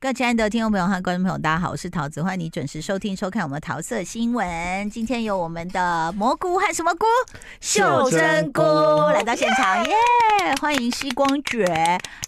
各位亲爱的听众朋友和观众朋友，大家好，我是桃子，欢迎你准时收听收看我们的桃色新闻。今天有我们的蘑菇和什么菇？袖珍菇来到现场，耶！欢迎西光觉，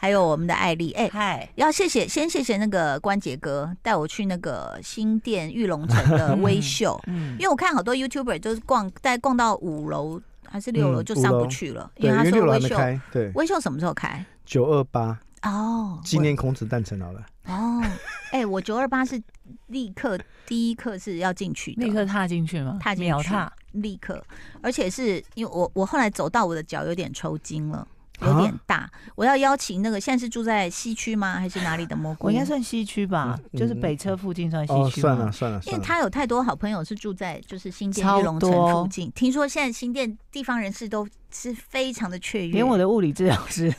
还有我们的艾丽。哎，嗨，要谢谢，先谢谢那个关杰哥带我去那个新店玉龙城 的微秀，嗯因，为我看好多 YouTuber 就是逛，带逛到五楼还是六楼嗯就上五不楼去了，对，因为因他为说六楼还微没秀，开，对，微秀什么时候开？九二八哦，纪念孔子诞辰好了，哦，哎、我九二八是立刻第一刻是要进去的，立刻踏进去吗？踏进去秒踏，立刻，而且是因为我我后来走到我的脚有点抽筋了。啊有点大，我要邀请那个现在是住在西区吗？还是哪里的蘑菇？我应该，算西区吧，嗯就是北车附近算西哦，区算吧了。算了因为算了，他有太多好朋友是住在就是新店超玉龙城多附近。听说现在新店地方人士都是非常的雀跃，连我的物理治疗师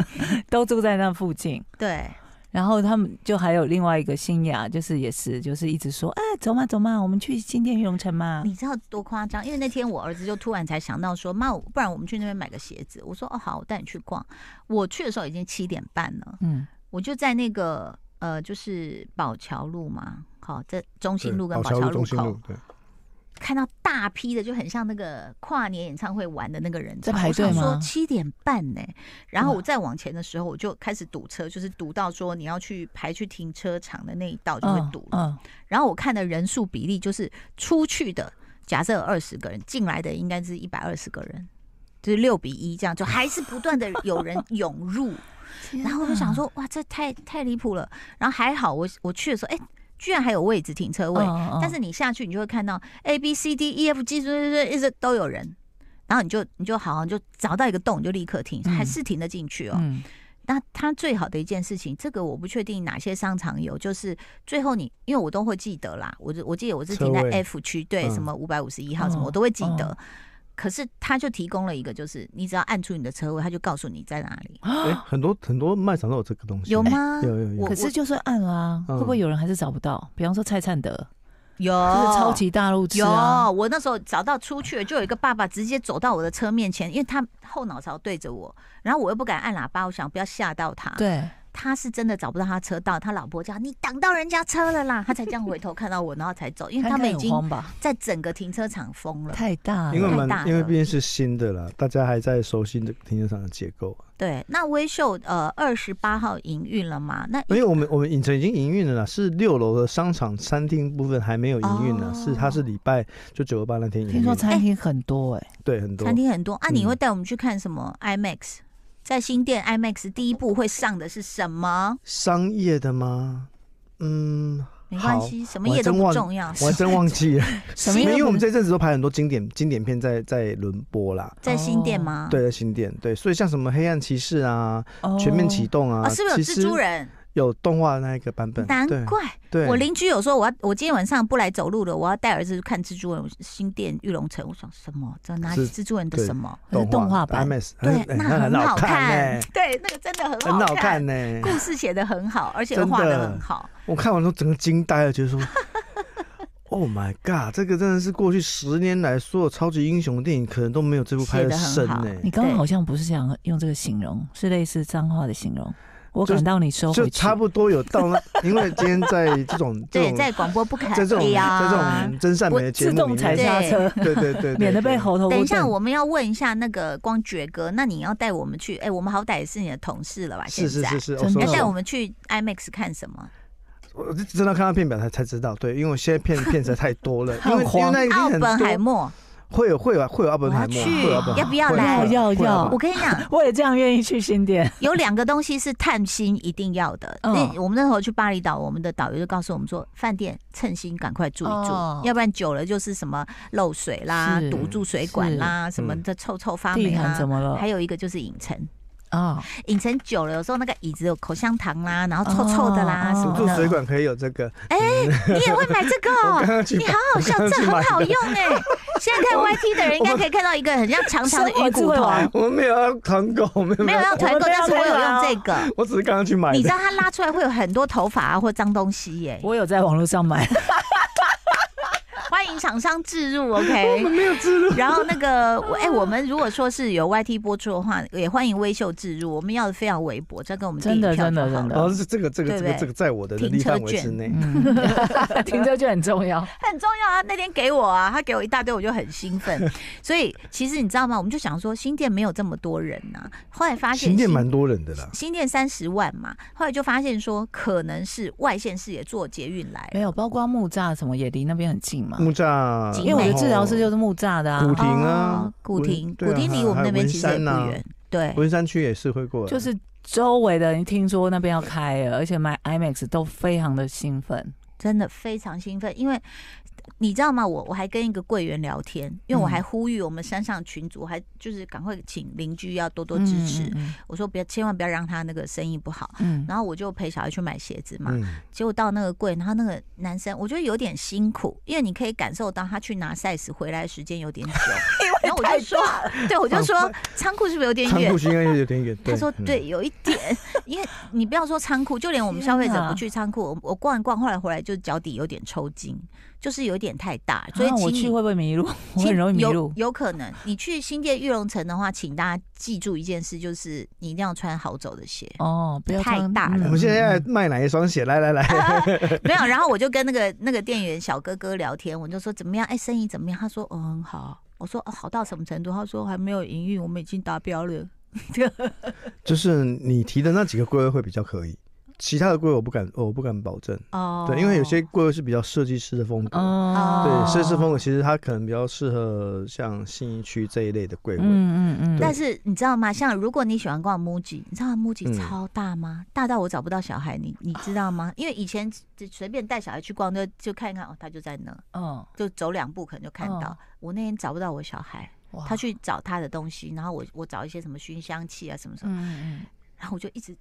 都住在那附近，对然后他们就还有另外一个新雅，就是也是就是一直说啊，走嘛走嘛，我们去新店玉龙城嘛。你知道多夸张？因为那天我儿子就突然才想到说，妈，我不然我们去那边买个鞋子。我说哦好，我带你去逛。我去的时候已经七点半了，嗯，我就在那个呃，就是宝桥路嘛，好，这中对心路跟宝桥桥中心口路，对，看到大批的，就很像那个跨年演唱会玩的那个人潮在排队吗我想说七点半呢、然后哇我再往前的时候，我就开始堵车，就是堵到说你要去排去停车场的那一道就会嗯堵了。嗯，然后我看的人数比例就是出去的，假设有二十个人，进来的应该是一百二十个人，就是六比一这样， 就还是不断的有人涌入。然后我就想说，哇，这太太离谱了。然后还好我我去的时候，哎、居然还有位置停车位。嗯，但是你下去，你就会看到 A B C D E F G 这一直都有人，然后你就你就好像就找到一个洞，你就立刻停，嗯还是停得进去哦。嗯那它最好的一件事情，这个我不确定哪些商场有，就是最后你，因为我都会记得啦，我就我记得我是停在车位 F 区，对，嗯什么五百五十一号什么，嗯我都会记得嗯。可是它就提供了一个，就是你只要按出你的车位，它就告诉你在哪里，哎，很多很多卖场都有这个东西，哦有？吗？有有有我可，是就算按了啊，嗯会不会有人还是找不到？比方说蔡灿德，有，就是超级大路哦痴有啊，，我那时候找到出去了，就有一个爸爸直接走到我的车面前，因为他后脑勺对着我，然后我又不敢按喇叭，我想不要吓到他。，对，他是真的找不到他车道，他老婆叫你挡到人家车了 啦，他才这样回头看到我，然后才走，因为他们已看看经有慌吧，在整个停车场封了。太大了，因为太大蛮，因为了毕竟是新的啦，大家还在熟悉这个停车场的结构。啊对，那微秀呃二十八号营运了吗？那因为我们我们影城已经营运了啦，是六楼的商场餐厅部分还没有营运呢，哦是它是礼拜就九二八那天营听运说的，餐厅很多哎，对，很多餐厅很多啊，嗯你会带我们去看什么 IMAX？在新店 IMAX 第一部会上的是什么？商业的吗？嗯，没关系，什么我还业都真不忘重要。我还真忘 记了，什因么为因为我们在这阵子都拍很多经典经典片在在轮播啦。在新店吗？哦对，在新店，对，所以像什么黑暗骑士啊、哦全面启动啊，啊，是不是有其蜘实蛛人？有动画那一个版本，难对怪对，我邻居有说我要，我今天晚上不来走路了，我要带儿子去看蜘蛛人新店玉龙城。我想什么？这哪里是蜘蛛人的对什么？可是动画版 MS，对，那那很好好看呢，，对，那个真的很很好好看看，呢。故事写的很好，而且真的画的很好。我看完都整个惊呆了，觉得说 ，Oh my god，这个真的是过去十年来所有超级英雄电影可能都没有这部拍得深欸写得呢很好。你刚刚对好像不是想用这个形容，是类似脏话的形容。我就感到你收就回去，差不多有到那， 因为今天在这种这对，种在广播不可在这种以在啊这。种真善美的节自目里动踩面，刹车，对对对对， 免得被对猴头。等一下，我们要问一下那个光觉哥，那你要带我们去？哎，我们好歹也是你的同事了吧？现是是在是是，真的说要到带我们去 IMAX 看什么？我是真的看到片表才才知道，对，因为我现在片片实在太多 了，因为很慌因为那已经奥很本海多，默，会有会有会有奥本海默，我啊要去会有奥本海默要不要会有来会有要会有要奥我本跟你讲，为了这样愿意去新店，有两个东西是探亲一定要的。嗯那、我们那时候去巴厘岛，我们的导游就告诉我们说，饭店称心赶快住一住，哦要不然久了就是什么漏水啦、是堵住水管啦、什么的臭臭发地霉毯啦怎。么了啊还有一个就是影城，啊？影城久了，有时候那个椅子有口香糖啦，然后臭臭的啦、哦什海默么堵住水的。管可以有这个，哎、你也会买这个、 我刚哦？刚去你好好笑，我刚刚这去很买好用哎、现在看 YT 的人应该可以看到一个很像长长的鱼生骨活智慧头，王我没有要团购，我没有没有要团购，我们不但要是我有推用了这个。 我只是刚刚去买哦你知的。道它拉出来会有很多头发啊或脏东西耶、我有在网络上买，欢欢迎厂商置入，OK。 没有植入。然后那个，我哎、我们如果说是有 YT 播出的话，也欢迎微秀置入，我们要的非常微薄，再跟我们订真的票就真的好真的了哦，是这个这个对这不个对这个在我的能停力车范围券之内。 嗯，停车就很重要。很重要啊！那天给我啊，他给我一大堆，我就很兴奋。所以其实你知道吗？我们就想说新店没有这么多人呐、后来发现新店蛮多人的啦，新店三十万嘛，后来就发现说可能是外县市也坐捷运来没有，包括木栅什么也离那边很近嗯嘛。木栅，哦景因为我美的然后治疗师就是木栅的啊古，亭啊哦古文亭，对古啊亭离我们那边其实也不还有文山啊远，对。文山区也是会过来，就是周围的人听说那边要开了，而且买 IMAX 都非常的兴奋。真的非常兴奋，因为你知道吗？我我还跟一个柜员聊天，因为嗯我还呼吁我们山上群主，还就是赶快请邻居要多多支持。嗯我说不要，千万不要让他那个生意不好。嗯，然后我就陪小孩去买鞋子嘛，嗯，结果到那个柜，然后那个男生我觉得有点辛苦，因为你可以感受到他去拿 size 回来的时间有点 久。然后我就说，对，我就说仓库是不是有点仓远库？应该有点远。他说：“嗯，对，有一点，因为你不要说仓库，就连我们消费者天哪不去仓库，嗯我我逛一逛，后来回来就脚底有点抽筋，就是有点太大，所所以以啊我请去你会不会 迷路？我请很容易迷有路。有可能你去新店玉龙城的话，请大家记住一件事，就是你一定要穿好走的 鞋。哦，不要太穿大了我们现在嗯卖哪一双鞋？来来来，没有，然后我就跟那个那个店员小哥哥聊天，我就说怎么样？哎，生意怎么样？他说哦很好。我说哦好到什么程度？他说还没有营运，我们已经达标了。就是你提的那几个柜位会比较可以，其他的柜位我不敢，我不敢保证。哦，对，因为有些柜位是比较设计师的风格，哦对，设计师风格其实它可能比较适合像信义区这一类的柜位。嗯嗯嗯，但是你知道吗？像如果你喜欢逛 MUJI，你知道 MUJI 嗯超大吗？大到我找不到小孩，你你知道吗？因为以前只随便带小孩去逛，就就看一看哦，他就在那，嗯，就走两步可能就看到。哦我那天找不到我小孩，哇他去找他的东西，然后我我找一些什么熏香器啊什么什么，嗯嗯然后我就一直。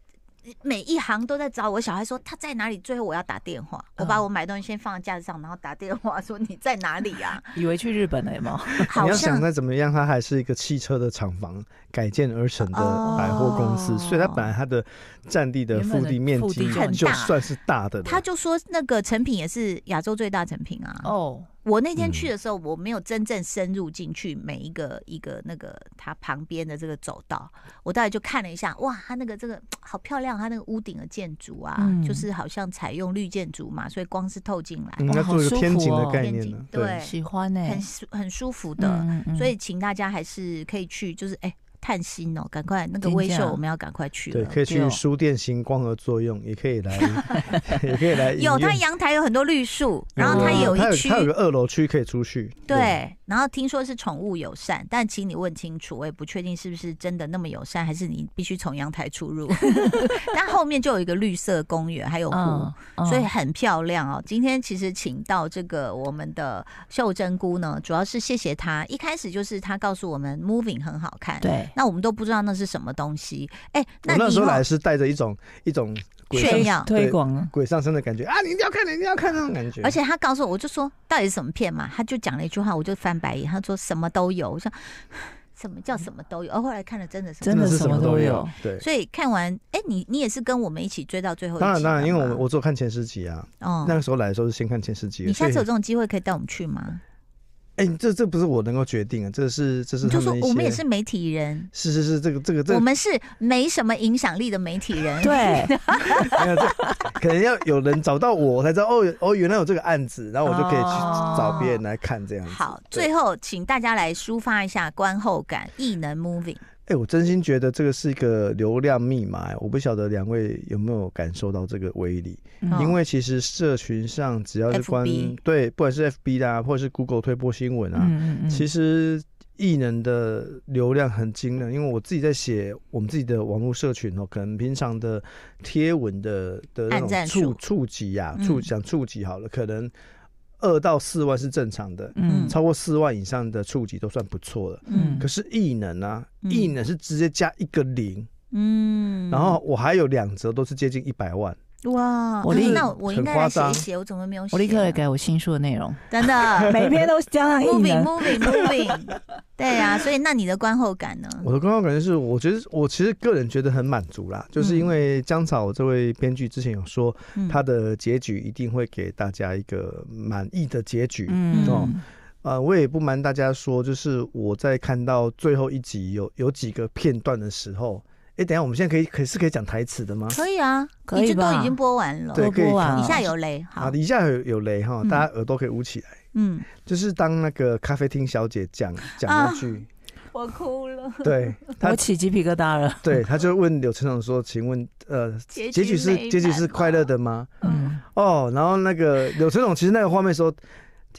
每一行都在找我小孩说他在哪里，最后我要打电话，我把嗯我买东西先放在架子上，然后打电话说你在哪里啊？嗯，以为去日本了有没有？好 你要像想再怎么样，它还是一个汽车的厂房改建而成的哦百货公司，所以它本来它的占地的原本腹的地面腹积地就很就大算是大的了。他就说那个成品也是亚洲最大成品啊。哦，我那天去的时候，我没有真正深入进去每一个一个那个它旁边的这个走道，我大概就看了一下，哇，它那个这个好漂亮，它那个屋顶的建筑啊，嗯就是好像采用绿建筑嘛，所以光是透进来，嗯，哇要做一个哦好舒天服井的哦概天念井呢。对喜欢呢，很舒很舒服的。嗯，嗯嗯所以请大家还是可以去，就是哎、探心哦，赶快那个真微秀假我们要赶快去对，了。可以去对书店行光合作用，也可以来， 也可以 来影院。有，它阳台有很多绿树，然后它嗯有它一有区它有个二楼区可以出去。对，然后听说是宠物友善，但请你问清楚，我也不确定是不是真的那么友善，还是你必须从阳台出入。但后面就有一个绿色公园，还有湖。嗯，嗯所以很漂亮哦。今天其实请到这个我们的秀珍姑呢，主要是谢谢她。一开始就是她告诉我们 moving 很好看，对，那我们都不知道那是什么东西。哎、我那那你以时候后来是带着一种一种鬼上炫耀 推对广啊，鬼上身的感觉啊！你一定要看，你一定要看那种感觉。而且他告诉我，我就说到底是什么片嘛，他就讲了一句话，我就翻白眼，他说 什么都有，我想什么叫什么都有，哦而后来看了真的是真的是什什么么都都有。对，所以看完，哎、你你也是跟我们一起追到最后一集当的然吗，当然，因为我们我只有看前十集啊，哦那个时候来的时候是先看前十集。你下次所有以这种机会可以带我们去吗？哎、这这不是我能够决定的，啊这是这是你他就说们一些。我们也是媒体人，是是是，这个这个这我个，们是没什么影响力的媒体人。对， 没有这可能要有人找到我才知道哦原哦，原来有这个案子，然后我就可以哦去找别人来看这样子。好，对最后请大家来抒发一下观后感，异能 moving。哎、我真心觉得这个是一个流量密码、哎我不晓得两位有没有感受到这个威力，嗯哦因为其实社群上只要是关 FB 对，不管是 FB 啦、或者是 Google 推播新闻啊，嗯嗯其实艺人的流量很惊人，因为我自己在写我们自己的网络社群哦，可能平常的贴文的的那按赞种数触触及呀、嗯触讲触及好了，可能二到四万是正常的，嗯超过四万以上的触及都算不错了。嗯可是艺能啊，嗯艺能是直接加一个零，嗯然后我还有两则都是接近一百万，哇，我立那我应该来写一写，我怎么没有写呢？啊我立刻 来改我新书的内容，真的每篇都 加上一 moving 能。 moving moving，对 呀、所以那你的观后感呢？我的观后感就是，我觉得我其实个人觉得很满足啦，就是因为江草这位编剧之前有说，嗯他的结局一定会给大家一个满意的结局。嗯哦呃，我也不瞒大家说，就是我在看到最后一集有有几个片段的时候，哎、等一下我们现在可以可是可以讲台词的吗？可以啊，可以你这都吧已经播完了，对播可以播完看以了下有雷，好啊，，一下有有雷哈，啊嗯大家耳朵可以捂起来。嗯，就是当那个咖啡厅小姐讲讲那句，我哭了，对哦她我起鸡皮疙瘩了。对，她就问柳成长说：“请问，呃，结结局是美结局满是快吗乐的吗？”嗯，哦，然后那个柳成总，其实那个画面的时候，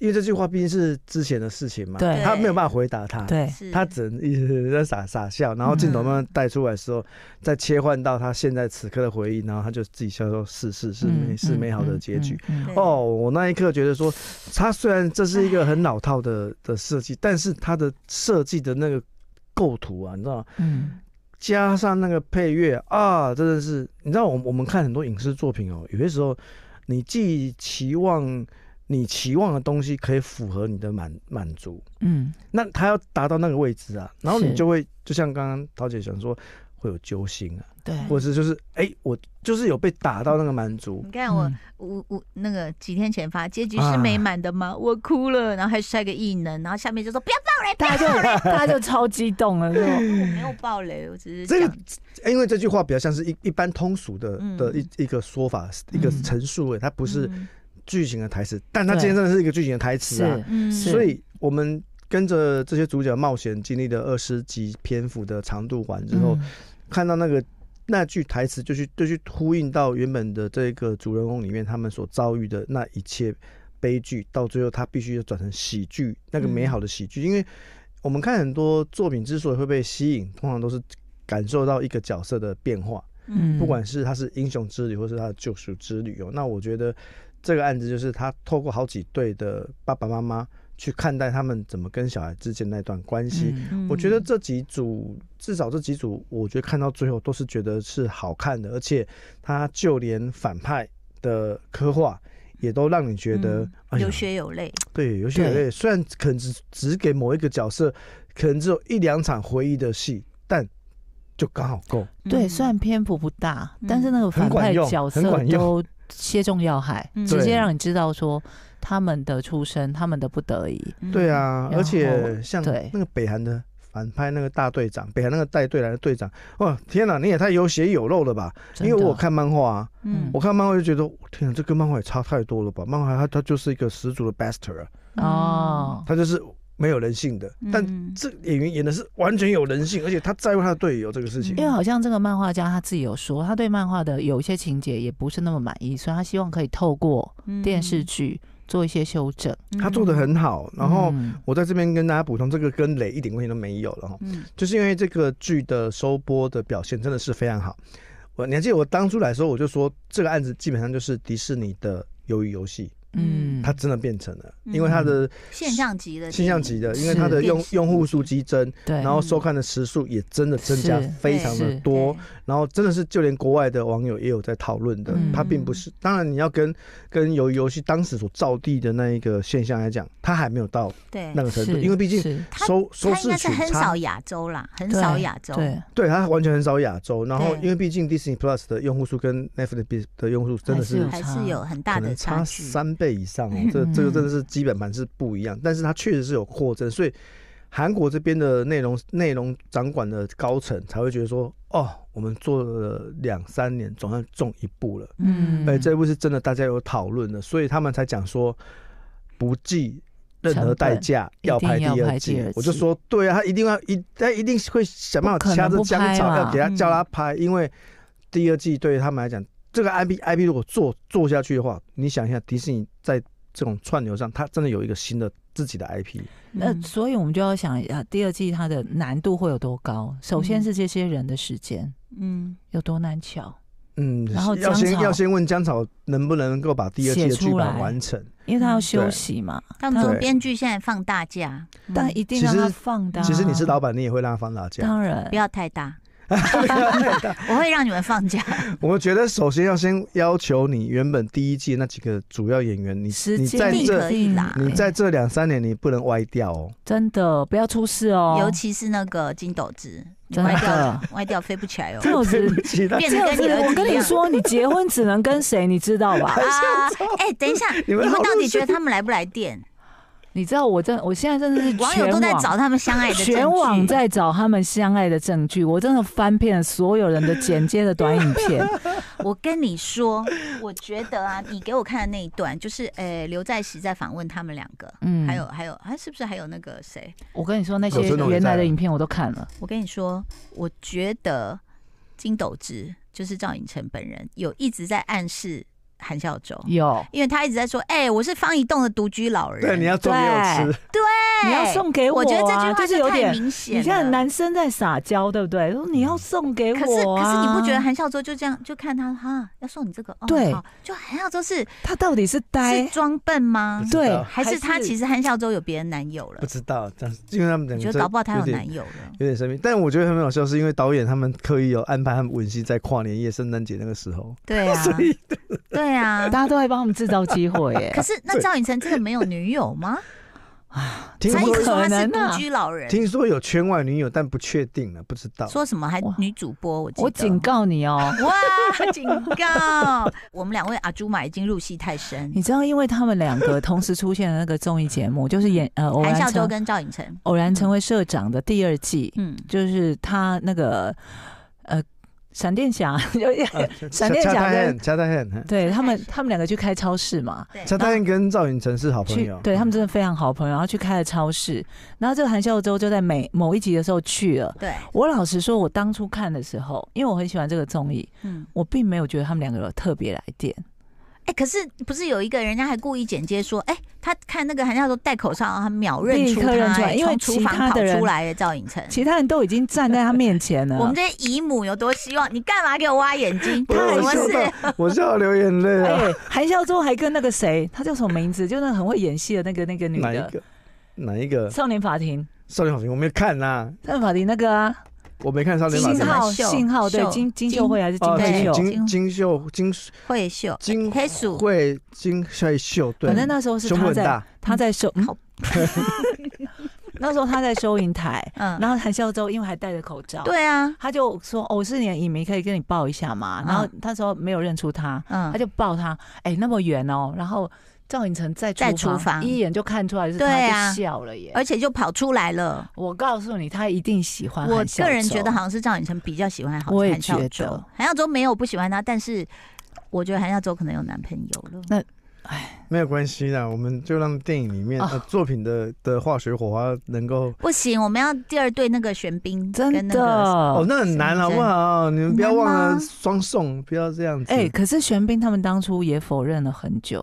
因为这句话毕竟是之前的事情嘛，对他没有办法回答他，对，是他只能一直在傻傻笑，然后镜头慢慢带出来的时候，再切换到他现在此刻的回忆，然后他就自己笑说：“是是是嗯美是美好的结局。。嗯嗯对嗯哦，我那一刻觉得说，他虽然这是一个很老套的 的设计，但是他的设计的那个构图啊，你知道吗？嗯加上那个配乐啊，真的是，你知道我们我们看很多影视作品哦，有些时候你既期望你期望的东西可以符合你的满满足，嗯，那他要达到那个位置啊，然后你是就会就像刚刚桃姐想说，会有揪心啊，对，或者是就是哎、我就是有被打到那个满足你，看我嗯我我那个几天前发结局是美满的啊吗？我哭了，然后还晒个异能，然后下面就说不要爆雷，不大要家就大家就超激动了，说我没有爆雷，我只是这个讲哎因为这句话比较像是一一般通俗的嗯的一一个说法，一个嗯陈述而已，它不是嗯剧情的台词，但它对今天真的 是一个剧情的台词啊是。嗯是所以我们跟着这些主角冒险经历的二十集篇幅的长度完之后，嗯看到那个那句台词，就去就去呼应到原本的这个主人公里面他们所遭遇的那一切悲剧，到最后他必须要转成喜剧，那个美好的喜剧，因为我们看很多作品之所以会被吸引，通常都是。感受到一个角色的变化，嗯不管是他是英雄之旅，或是他的救赎之旅哦。那我觉得这个案子就是他透过好几对的爸爸妈妈去看待他们怎么跟小孩之间那段关系。嗯嗯我觉得这几组，至少这几组，我觉得看到最后都是觉得是好看的，而且他就连反派的刻画也都让你觉得、嗯哎呀有血有泪，对有血有泪。虽然可能只只给某一个角色，可能只有一两场回忆的戏，但就刚好够。对，嗯虽然篇幅不大，嗯但是那个反很管派用角色很管用都切中要害嗯，直对接让你知道说他们的出身，他们的不得已。对嗯，啊，然而后且像对那个北韩的反派那个大队长，北韩那个带队来的队长，哇，天哪，你也太有血有肉了吧！因真为的我有看漫画啊，嗯我看漫画就觉得，天啊哪，这跟漫画也差太多了吧？漫画它它就是一个十足的 bastard，啊哦，它就是没有人性的。但嗯这演员演的是完全有人性，而且他在乎他的队友这个事情嗯因。为好像这个漫画家他自己有说，他对漫画的有一些情节也不是那么满意，所以他希望可以透过嗯嗯电视剧做一些修正。他做的，很好，然后嗯我在这边跟大家补充，这个跟雷一点关系都没有了哈。嗯就是因为这个剧的收播的表现真的是非常好。我你还记得我当初来的时候，我就说这个案子基本上就是迪士尼的鱿鱼游戏，嗯，它真的变成了，嗯因为它的嗯现象级的现象电级影的，是因为它的用电视用户数激增，对，然后收看的时数也真的增加是非常的是多，对然后真的是就连国外的网友也有在讨论的嗯，它并不是，当然你要跟跟鱿鱼游戏当时所造地的那一个现象来讲，它还没有到对，那个程度，是因为毕竟是它收收它应视该是取很差少亚洲啦，很少对亚洲，对，对，它完全很少亚洲。然后对因为毕竟 Disney Plus 的用户数跟 Netflix 的用户数真的是有还差是有很大可的能差差距。嗯三倍以上哦， 这这个真的是基本盘是不一样，但是它确实是有扩增，所以韩国这边的内容内容掌管的高层才会觉得说，哦，我们做了两三年，总算中一步了。嗯，哎，这部是真的大家有讨论的，所以他们才讲说不计任何代价成要本拍一第定要二拍第季二季。我就说，对啊，他一定要一他一定会想办不法可掐能着不姜拍草，嘛要给他嗯叫他拍，因为第二季对于他们来讲，这个 IP IP 如果做做下去的话，你想一下，迪士尼在这种串流上，它真的有一个新的自己的 IP。那嗯所以我们就要想啊，第二季它的难度会有多高？首先是这些人的时间嗯，有多难巧，嗯，然后要姜先草要先问姜草能不能够把第二季的写剧出本来完成。因为他要嗯休息嘛，他们说对编剧现在放大假，但嗯一定其让他实放大。其实你是老，板，你也会让他放大假。当然 不要太大， 我会让你们放假。我觉得首先要先要求你原本第一季那几个主要演员，你时你间在力这可以啦你在这两三年你不能歪掉哦。真的不要出事 哦，尤其是那个金斗子，你真歪的掉歪掉飞不起 来哦。这种对子不起，那 变这得种跟你子，儿我子跟一你样。说，你结婚只能跟谁，你知道吧？ 啊，哎、等一下，你你们们好到底恶觉得他们来不来电？你知道我真，我现在真的是网友都在全网找他们相爱的证据全网在找他们相爱的证据，我真的翻遍了所有人的剪接的短 影片， 我跟你说，我觉得啊，你给我看的那一段，就是呃，刘在石在访问他们两个，嗯还有还有，啊还是不是还有那个谁？我跟你说，那哦些真的我也原来在的啊影片我都看了，我跟你说，我觉得金斗智就是赵寅成本人有一直在暗示韩孝周。有。因为他一直在说，哎、我是方一栋的独居老人。对，你要做给我吃，对你要送给我、我啊觉得这句话就是有太点明显了。你看男生在啊撒娇，对不对？说你嗯要送给我、啊，可是可是你不觉得韩孝周就这样就看他哈要送你这个哦对哎好就韩孝周是 他到底是是呆？装笨吗不？知对道，还是他其实实韩孝周有别的男友了不？知道，但是因为他们两我个觉真得搞不好他有点男友了。有点生病，但我觉得很好笑，是因为导演他们刻意有安排他们吻戏在跨年夜、圣诞节那个时候，对 啊， 所以对啊 大。家都在帮他们制造机 会耶可。是那赵寅成真的没有女友 吗？听他一说直怎说他是么可能独啊居老人，听说有圈外女友，但不确定了，不知道。说什么还哇女主播，我记得我警。告你 哦，哇！警告我们两位阿朱玛已经入戏太深，你知道，因为他们两个同时出现的那个综艺节目，就是演呃偶韩然孝周成跟赵寅成，偶然成为社长的第二季，嗯，就是他那个呃闪电侠， 有点啊闪电恰侠恰跟汉，恰恰汉，嗯对他们闪电侠他们两个去开超市嘛，对，恰恰汉跟赵寅成是好朋去友，嗯对他们真的非常好朋友，然后去开了超市，然后这个韩孝周就在每某一集的时候去了。对，我老实说，我当初看的时候，因为我很喜欢这个综艺，嗯，我并没有觉得他们两个有特别来电。哎、可是不是有一个人家还故意剪接说，哎、他看那个韩孝周戴口罩，他秒认立出刻他、认出来哎因为从厨其房他跑的人出来的赵寅成。其他人都已经站在他面前了。我们这些姨母有多希望？你干嘛给我挖眼 睛？不是什我么笑事？到我笑到流眼泪啊！哎，韩孝周还跟那个谁，他叫什么名字？就那个很会演戏的那个那个女哪一的，个？哪一个？少年法庭，少年好评我没看呐，少年法庭那个啊，我没看少年金好信什么评。号秀信号对秀金金金秀慧还是金哦，对秀金秀金金秀金会秀，金黑鼠会金帅秀，对，哦反正那时候是胸部他很在大，他在收，嗯好 那时候他在收银台，嗯，然后韩孝周因为还戴着口罩，，对啊，他就说：“哦，我是你的影迷，可以跟你抱一下嘛。”然后嗯他说没有认出他，嗯他，就抱他，哎、那么远哦。然后赵寅成在在厨房一眼就看出来是对他，啊就笑了耶。而且就跑出来了。我告诉你，他一定喜欢我韩孝个人觉得周好像是赵寅成比较喜欢韩我也韩孝觉周得，韩孝周没有不喜欢他，但是我觉得韩孝周可能有男朋友了。没有关系啦，我们就让电影里面哦啊呃作品的的化学火花能够不行，我们要第二对那个玄彬跟真那的个。哦，那很难好不好？你们不要忘难了吗双送，不要这样子。哎、可是玄彬他们当初也否认了很久，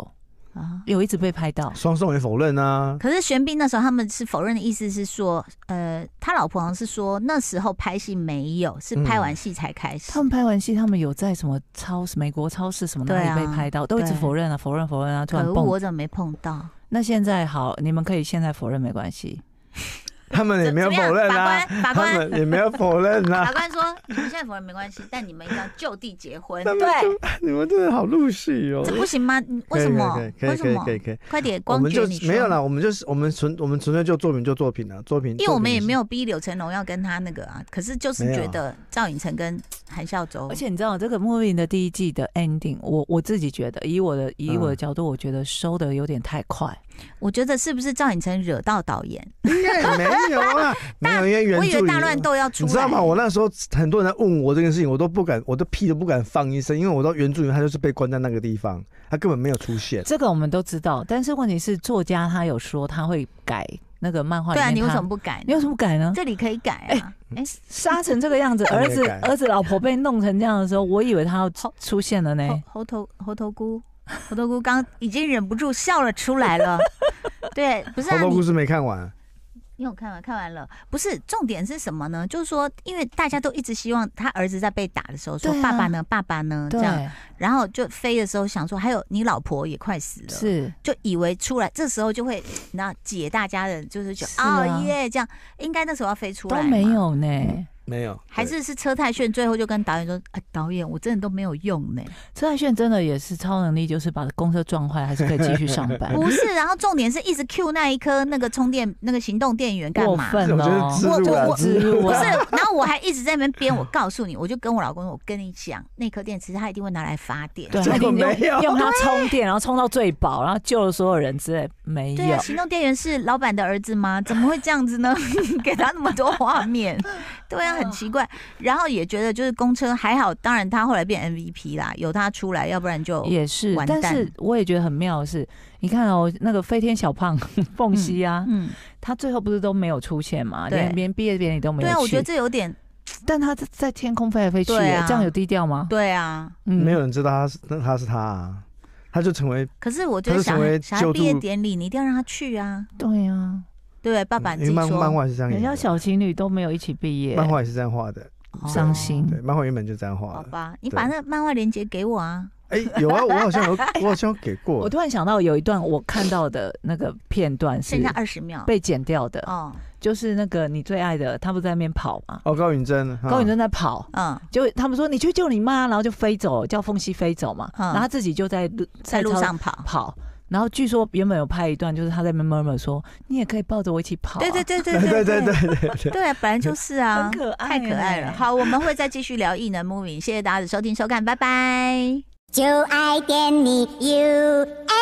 啊。有一直被拍到。双宋也否认啊，可是玄彬那时候他们是否认的意思是说，呃，他老婆好像是说那时候拍戏没有，是拍完戏才开始。嗯他们拍完戏，他们有在什么超市、美国超市什么对那啊里被拍到，都一直对否认啊，否认否认啊，突然可恶，蹦。我怎么没碰到？那现在好，你们可以现在否认没关系，嗯他们也没有否认啊怎，么样法官法他官们也没有否认法啊。官说，你们现在否认没关系，但你们一定要就地结婚，他们就，你们真的好入戏哦这。不行吗？嗯为什么可以？可为以什可以么可以可以？可以，快点，我光们觉就你说没有啦，，我们就是我们纯我们纯粹就作品就作品啊，作品。因为我们也作品没有逼柳成龙要跟他那个啊，可是就是没有觉得赵寅成跟韩孝周，而且你知道这个《末影》的第一季的 ending，我我自己觉得，以我的以我的嗯角度，我觉得收的有点太快。我觉得是不是赵寅成惹到导演？应该也没 有啊，没有，因为原我著以为里大乱斗要出你来，知道吗？我那时候很多人在问我这件事情，我都不敢，我都屁都不敢放一声，因为我知道原著里面他就是被关在那个地方，他根本没有出现。啊这个我们都知道，但是问题是作家他有说他会改那个漫画里对啊，面他，你为什么不改呢？你为什么不改呢？这里可以改啊？哎、杀成这个样子，我也儿子改儿子老婆被弄成这样的时候，我以为他要出出现了呢。哎猴猴头猴头菇，猴头菇刚已经忍不住笑了出来 了。对，不是好啊，多故你事没看完，你有看完看完了？不是，重点是什么呢？就是说，因为大家都一直希望他儿子在被打的时候说对啊“爸爸呢，爸爸呢”这样，对，然后就飞的时候想说，还有你老婆也快死了，是就以为出来，这时候就会那解大家的，就是觉得是啊哦耶这样，应该那时候要飞出都来，没，有呢。没有，还对是是车太炫最后就跟导演说：“啊，导演，我真的都没有用呢。车太炫真的也是超能力，就是把公车撞坏，还是可以继续上班。不是，然后重点是一直 Q 那一颗那个充电那个行动电源干过嘛？分了我觉哦，得自我我入啊自入 不是啊，，然后我还一直在那边编。我告诉你，我就跟我老公说，我跟你讲，那颗电池他一定会拿来发电。啊对，结他一果定没有用用它充电，然后充到最饱，然后救了所有人之类，没对啊，有。行动电源是老板的儿子吗？怎么会这样子呢？ 给他那么多画面，对啊，很奇怪。然后也觉得就是公车还好，当然他后来变 MVP 啦，有他出来，要不然就也是完，但蛋是我也觉得很妙的是，你看哦，那个飞天小胖凤西啊，嗯，他最后不是都没有出现嘛，对连连毕业典礼都没有对去。啊，我觉得这有点但他在在天空飞来飞去，对啊这样有低调吗？对啊。嗯没有。人知道他是那他是他啊，他就成为可是我觉他得是小成孩为小孩救毕业助典礼，你一定要让他去啊，对呀，对不对？爸爸你嗯因自为己漫漫说，画也是这样人演家的，小情侣都没有一起毕业，漫画也是这样画的，哦伤心对，漫画原本就这样画好的。吧？你把对那漫画链接给我啊。哎，有啊，我好像 有，我好像有给我过，突然想到有一段我看到的那个片段是剩下二十秒。被剪掉的，哦，就是那个你最爱的，他不是在那边跑吗？哦，高允贞，哈高允，正在跑，嗯，就他们说你去救你妈，然后就飞走，叫凤西飞走嘛，嗯然后他自己就在路在路操上跑。跑。然后据说原本有拍一段，就是他在那边 murmur 说：“你也可以抱着我一起跑、啊。”对对，对对 对对对对对对对，对啊，本来 就是啊很，可爱，欸太可爱了。。好，我们会再继续聊异能 movie，谢谢大家的收听收看，拜拜。就爱点你 UFO。